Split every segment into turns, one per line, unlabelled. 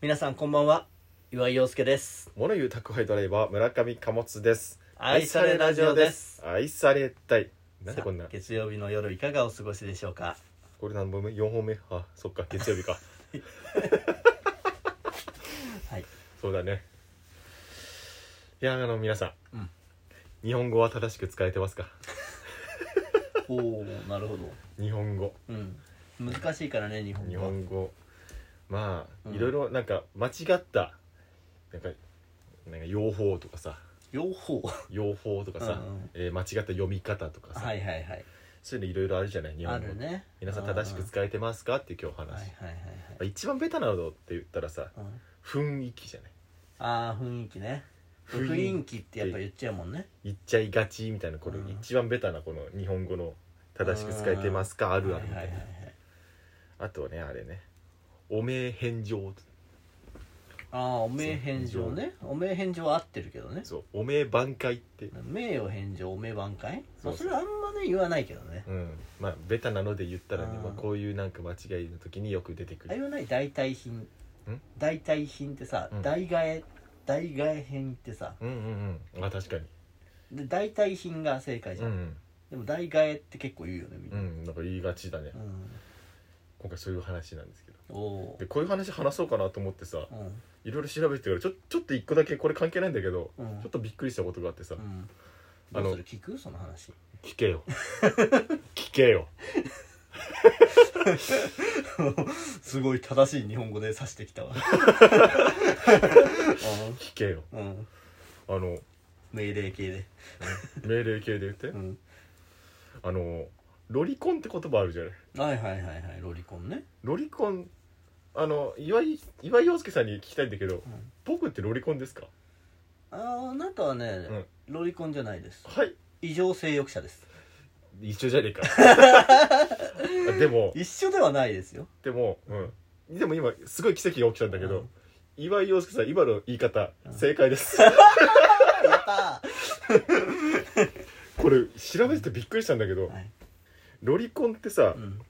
皆さんこんばんは岩井陽介です
物言う宅配ドライバー村上貨物です
愛されラジオです
愛されたいなんでこんな
さあ月曜日の夜いかがお過ごしでしょうか
これ何本目4本目あそっか月曜 日か
はい
そうだねいやあの皆さん、
うん
日本語は正しく使えてますか
おおなるほど
日本語
うん難しいからね日本語
日本語まあ、
うん
いろいろなんか間違ったなんかなんか用法とかさ
用法
用法とかさ、
うんうん
えー間違った読み方とかさ、
はいはいはい
そういうのいろいろあるじゃない日
あ
本語
るね
皆さん正しく使えてますかっていう今日お話、
うんはいはいはい
まあ一番ベタなのって言ったらさ
はい、うん、
雰囲気じゃない
ああ雰囲気ね
雰囲気
雰囲気ってやっぱ言っちゃうもんね
言っちゃいがちみたいなこれ
うん
一番ベタなこの日本語の正しく使えてますかあるあるみ
は
た
い
い
はい
な
はいはい
あとねあれねおめえ返上
ああおめえ返上ねおめえ返上は合ってるけどね
そうおめえ挽回って
名誉返上おめえ挽回
そ
ま
う
あそれはあんまね言わないけどね
うんまあベタなので言ったらね
うん
まあこういうなんか間違いの時によく出てく
あれ
る
はない代替品代替品ってさ
うん
代替え代替え品ってさ
うんうんうんあ確かに
で代替品が正解じ
う
ゃん、
ん
でも代替えって結構言うよねみん
う
な、
んなんか言いがちだね
うん
今回そういう話なんですけど
おお
でこういう話話そうかなと思ってさ
うん
いろいろ調べてからちょちょっと一個だけこれ関係ないんだけど
うん
ちょっとびっくりしたことがあってさ
うん
あの
どうする聞くその話
聞けよ 聞けよ
すごい正しい日本語で指してきたわ
聞けよ
うん、うん、
あの
命令系で
命令系で言って
うん
あのロリコンって言葉あるじゃない
はいはいはいはいロリコンね、
ロリコンあの岩井岩井陽介さんに聞きたいんだけど
うん、
僕ってロリコンですか
ああなたはね、
ん
ロリコンじゃないです
はい
異常性欲者です
一緒じゃね えかあでも
一緒ではないですよ
でもうんでも今すごい奇跡が起きたんだけど、
うん
岩井陽介さん今の言い方
うん
正解です
やった
これ調べててびっくりしたんだけど
ー、はい
ロリコンってさ、
うん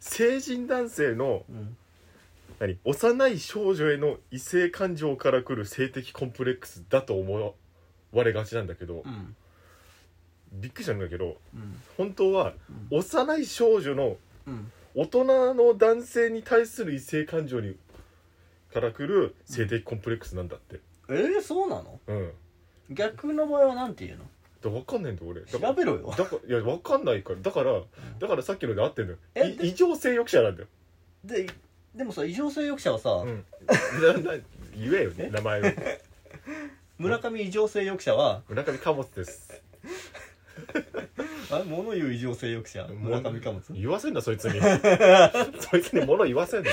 成人男性の
うん、
何幼い少女への異性感情からくる性的コンプレックスだと思われがちなんだけど、
うん
びっくりしたんだけど
うん
本当は
うん
幼い少女の
うん
大人の男性に対する異性感情にからくる性的コンプレックスなんだって
えー、そうなの
うん
逆の場合はなんて言うの
だ分かんないんだ俺だから
調べろよ
だからいや分かんないからだからだからさっきので合ってんだよ
え
い異常性欲者なんだよ、
ででもさ異常性欲者はさ、
うん、なな言えよね名前を
村上異常性欲者は
村上貨物です
あれ物言う異常性欲者村上貨物
言わせんなそいつ にそいつに物言わせんな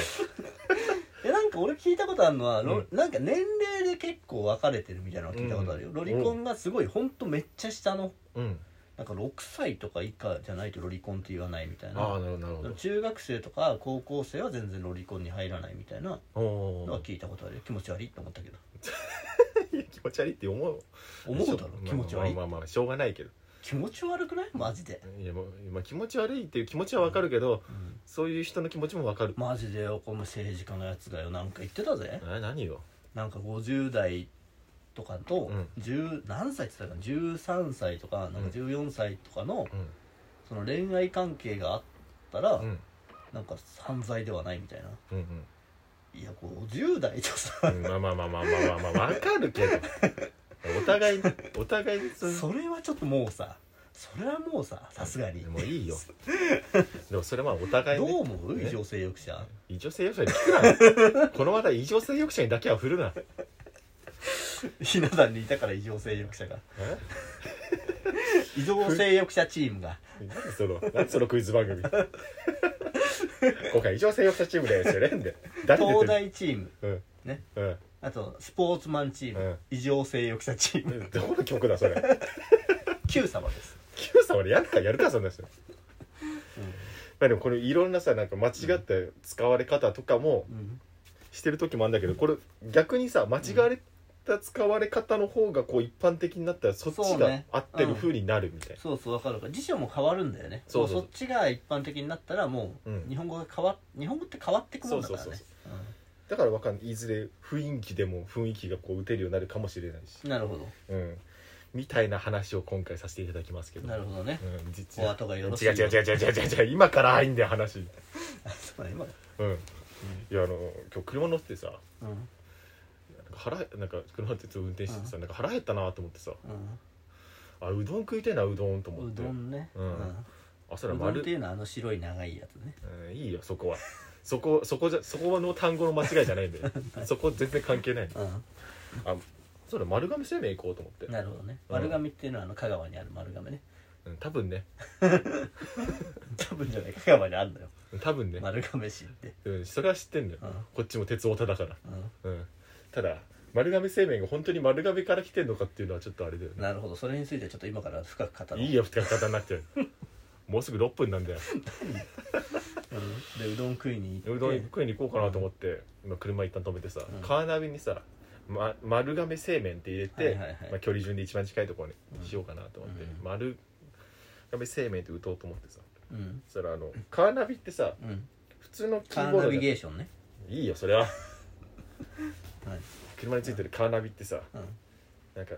えなんか俺聞いたことあるのは、ロ
う
なんか年齢で結構分かれてるみたいなの聞いたことあるよ、
うん
ロリコンがすごいほんとめっちゃ下の
うん
なんか6歳とか以下じゃないとロリコンって言わないみたい
ああ
な
なるほどなるほど
中学生とか高校生は全然ロリコンに入らないみたいな
お
のは
ー
聞いたことあるよ気持ち悪いと思ったけど
いや気持ち悪いって思う
思うだろ
まあ
気持ち悪い
まあまあまあしょうがないけど
気持ち悪くないマジで、
いやもうまあ気持ち悪いっていう気持ちはわかるけど
うん
そういう人の気持ちもわかる
マジでよこの政治家のやつがよなんか言ってたぜ
あ何よ
なんか50代とかと、
うん
10何歳って言ってたかな13歳とかなんか14歳とかの,、
うん
その恋愛関係があったら、
うん
なんか犯罪ではないみたいな
うん
いや50代と
う
さ、
んうんまあまあまあまあまあまあまあわかるけどお互いお互いにそ
それはちょっともうさそれはもうささすがに
もういいよでもそれはお互い
ど
ね
う思う
ね
異常性欲者
異常性欲者に聞くなこの話題異常性欲者にだけは振るな
ひな壇にいたから異常性欲者 が
え
異常性欲者チームが
何その何そのクイズ番組今回異常性欲者チームですよねんで誰出て
東
る
大チーム
うん
ね
うん
あとスポーツマンチーム、
うん
異常性欲者チ ーム
どこの曲だそれ
Q 様です、
Q さん俺やるかやるかそんな人ま
う
あでもこれいろんなさなんか間違った使われ方とかも
んうん、
してる時もあるんだけどこれ逆にさ間違われた使われ方の方がこう一般的になったらそっ
そう
ちが
ね
合ってる風になるみたいな
そうそうわかるから辞書も変わるんだよね
そうそう
もそっちが一般的になったらもう
うん
日本語が変わっ日本語って変わってくもんだからね
そうそうだからわかんないいずれ雰囲気でも雰囲気がこう打てるようになるかもしれないし、
なるほど
うん、みたいな話を今回させていただきますけど
なるほど ね
うん、実
お
は
後がよろしい
違う違う違う違う違う違う今から入んだよ話
あそうだ今
うんいやあの今日車乗っててさ
うんうん
なんか腹なんか車乗ってちょっと運転しててさなんか腹減ったなと思ってさあうどん食いたいなうどんと思っ
う
て
どんね
うんあそれ
うどんっ
丸
ていうのはあの白い長いやつね
うんいいよそこはそこそこじゃそこの単語の間違いじゃないんだ よそこ全然関係ない
うん
あそうだ丸亀製麺行こうと思って、
なるほどね
うん
丸亀っていうのはあの香川にある丸亀ね
うん、多分ね
多分じゃない香川にあるのよ
多分ね、
丸亀市って
うん、それは知ってんだよ、
うん
こっちも鉄オタだから
う
うんただ丸亀製麺が本当に丸亀から来てんのかっていうのはちょっとあれだよ
ん
ね
なるほどそれについてちょっと今から深く語ろう
いいよって方になっ ちゃうもうすぐ6分なんだよ
うんでうどん食いに行って
うどん食いに行こうかなと思って、今車一旦止めてさ、
うん
カーナビにさ、ま、丸亀製麺って入れて、
はいはいはい
まあ、距離順で一番近いところにしようかなと思って、
うん
丸亀製麺って打とうと思ってさ
うん
そしたらあのカーナビってさ
うん
普通のキ
カ
ー
ー
ボー
ナ
ド
ビ
じゃ
ゲ
ん
ーションね
いいよそれは
はい
車についてるカーナビってさ
うん
なんか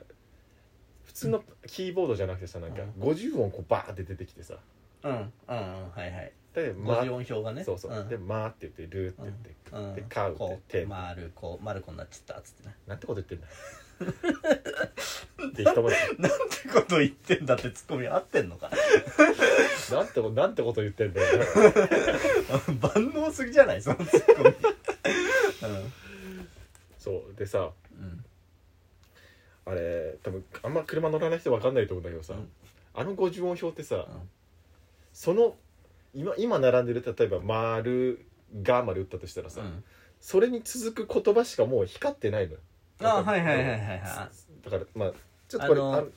普通のキーボードじゃなくてさなんか
う
50音こうバーって出てきてさ
うんうんうんはいはい
で「
五
ま
十音」表がね
そうそう、
ん
で「ま」って言って「る」って言って、
うん
でカウって
こ
手
う丸こう丸子になっちゃったっつってね
なんてこと言ってんだって一言
なんてこと言ってんだってツッコミ合ってんのか
なんてことなんてこと言ってんだよ
万能すぎじゃないそのツッコミ
そうでさ
うんうん
あれ多分あんま車乗らない人分かんないと思うんだけどさ、
うん
あの50音表ってさ、
ん
その今今並んでる例えば「丸が」まで打ったとしたらさ、
うん
それに続く言葉しかもう光ってないのよ
あはいはいはいはいは
だからまあちょっとこれ
あ
あ
の
うん、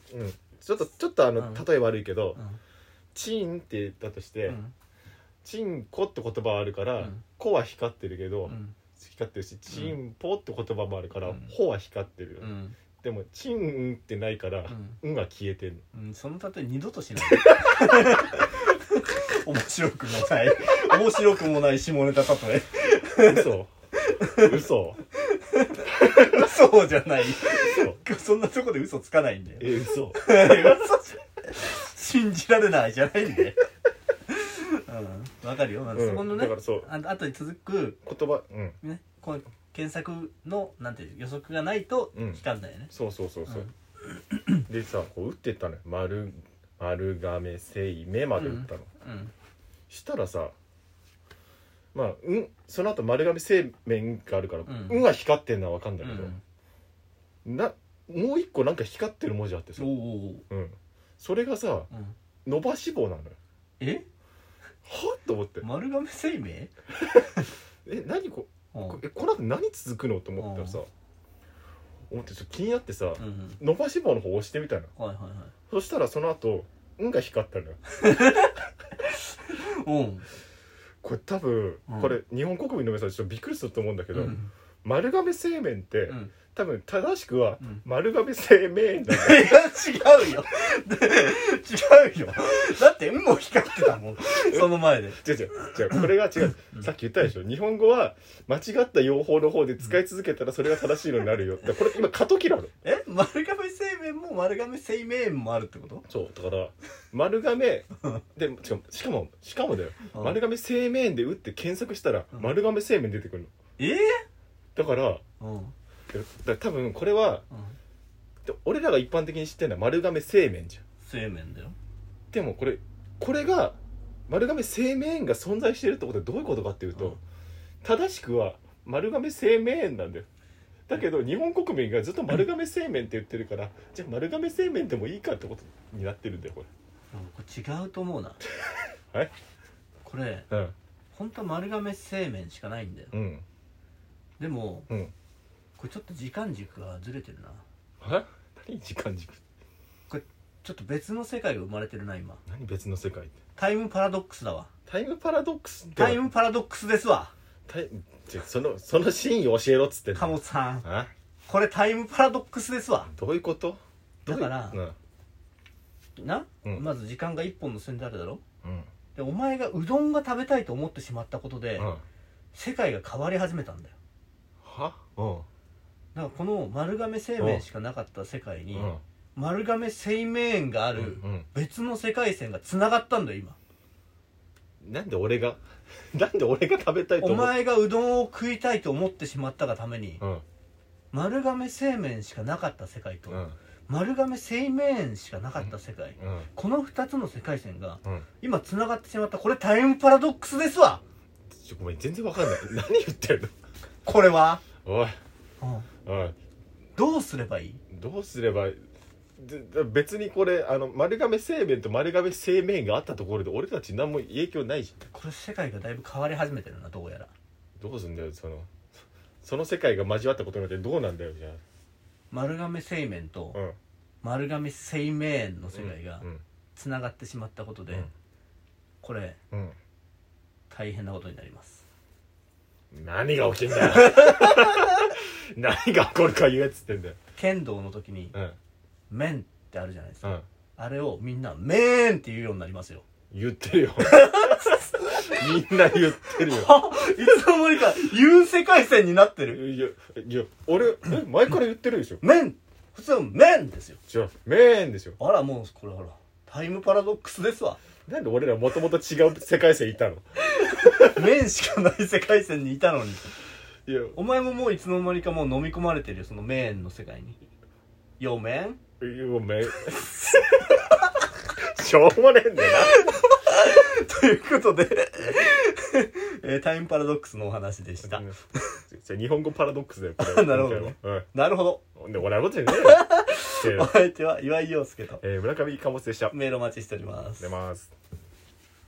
ちょっとちょっとあの、
うん
例え悪いけど「
いうん
チン」って言ったとして「
うん
チンコ」って言葉はあるから
う
「
ん
コ」は光ってるけど、
うん
光ってるし「チンポ」って言葉もあるから「
うん
ほ」は光ってるよ、
うん
でも「チン」ってないから
うん
「ん」が消えてんの
うんその例え二度と しない面白くもない面白くもない下ネタ例え
嘘嘘
嘘じゃない
嘘
そんなとこで嘘つかないんだよ
え嘘
信じられないじゃないんでうんわかるよ、まあ
うん
そこのね
だからそう
ああとに続く、
言葉うん
ね、こう検索のなんていう予測がないと
うん
引かんだよね、
そうそうそうそう、でさこう打ってったのよ「丸丸亀せいめ」まで打ったの、
うん
したらさまあ、うん、その後丸亀製麺があるから「
ん
うん」が光ってんのは分かんだ
う
けど、
ん
なもう一個なんか光ってる文字あってさ
お、お
うん、それがさ
ー、うん、
伸ばし棒なのよ
え
はっと思って
丸亀生命
え何こ
うん
こえこの後何続くのと思ったらさ思ってちょっと気になってさ、
うん
伸ばし棒の方押してみたの
はいはいはい
そしたらその後うん」が光ったのよ
うん
これ多分、
うん
これ日本国民の皆さんちょっとびっくりすると思うんだけど、
うん
丸亀製麺って、
うん
多分正しくは
うん
丸亀製麺だ、
いや違うよ 違うよだって「うん」も光ってたもんその前で
違う違う違うこれが違う、
うん
さっき言ったでしょ日本語は間違った用法の方で使い続けたらそれが正しいのになるよだからこれ今過渡期なの
え丸亀製麺も丸亀製麺もあるってこと
そうだから丸亀でしかもしかもしかもだよ、
うん
丸亀製麺で打って検索したら、
うん
丸亀製麺出てくるの
ええ
だから
うんうん
だから多分これはで俺らが一般的に知ってるのは丸亀製麺じゃん
製麺だよ
でもこれこれが丸亀製麺が存在してるってことはどういうことかっていうと、
うん
正しくは丸亀製麺なんだよだけど日本国民がずっと丸亀製麺って言ってるから、じゃあ丸亀製麺でもいいかってことになってるんだよこ
うんこれ違うと思 うな
え
これ
れうん
本当は丸亀製麺しかないんだよ
うん
でも
うん
これちょっと時間軸がずれてるな
え何時間軸
ちょっと別の世界が生まれてるな今
何別の世界って
タイムパラドックスだわ
タイムパラドックスって
タイムパラドックスですわ
タイちょそのその真意を教えろっつってんの
貨物さん
あ
これタイムパラドックスですわ
どういうことどういう
だから
うん
な、
うん
まず時間が一本の線であるだろ
うん
でお前がうどんが食べたいと思ってしまったことで、
うん
世界が変わり始めたんだよ
はうん
なんかこの丸亀製麺しかなかった世界に
うん
丸亀製麺があ
う
る
ん
別の世界線がつながったんだよ今
なんで俺が なんで俺が食べたいと
お
思っ
前がうどんを食いたいと思ってしまったがために
うん
丸亀製麺しかなかった世界と
うん
丸亀製麺しかなかった世界
うん
この2つの世界線が
うん
今つながってしまったこれタイムパラドックスですわ
ちょごめん全然わかんない 何言ってる
これは、
のおい
うん、
おい
どうすればいい
どうすればでで別にこれあの丸亀製麺と丸亀製麺があったところで俺たち何も影響ないじゃ
これ世界がだいぶ変わり始めてるなどうやら
んどうすんだよそのその世界が交わったことによってどうなんだよじゃ
丸亀製麺と
あうん
丸亀製麺の世界が
うん
つながってしまったことで、
うん
これ
うん
大変なことになります
何が起きんだよ 何が起こるか言えっつってんだよ
剣道の時に
うん
「麺」ってあるじゃないです
う
か、
ん
あれをみんな「麺」って言うようになりますよ
言ってるよ みんな言ってるよ
いつの間にか言う世界線になってる
いやいや俺え前から言ってるでしょ
「麺」普通は「麺」ですよ
じゃあメーンでしょ
あらもうこれほらタイムパラドックスですわ
なんで俺らもともと違う世界線いたの
麺しかない世界線にいたのに
いや
お前ももういつの間にかもう飲み込まれてるよその麺の世界に「よ麺
ごめん。 しょうもねえんだよ」
ということで、 えータイムパラドックスのお話でし
な
た。
じゃあ日本語パラドックスだよ、こ
なるほどね
今回は
なるほど
うん。で、俺はこ とじゃねえよ
お相手は岩井陽介と
えー。村上貨物でした。ありがとう
メールお待ちしておりま
ご
す
ざいます。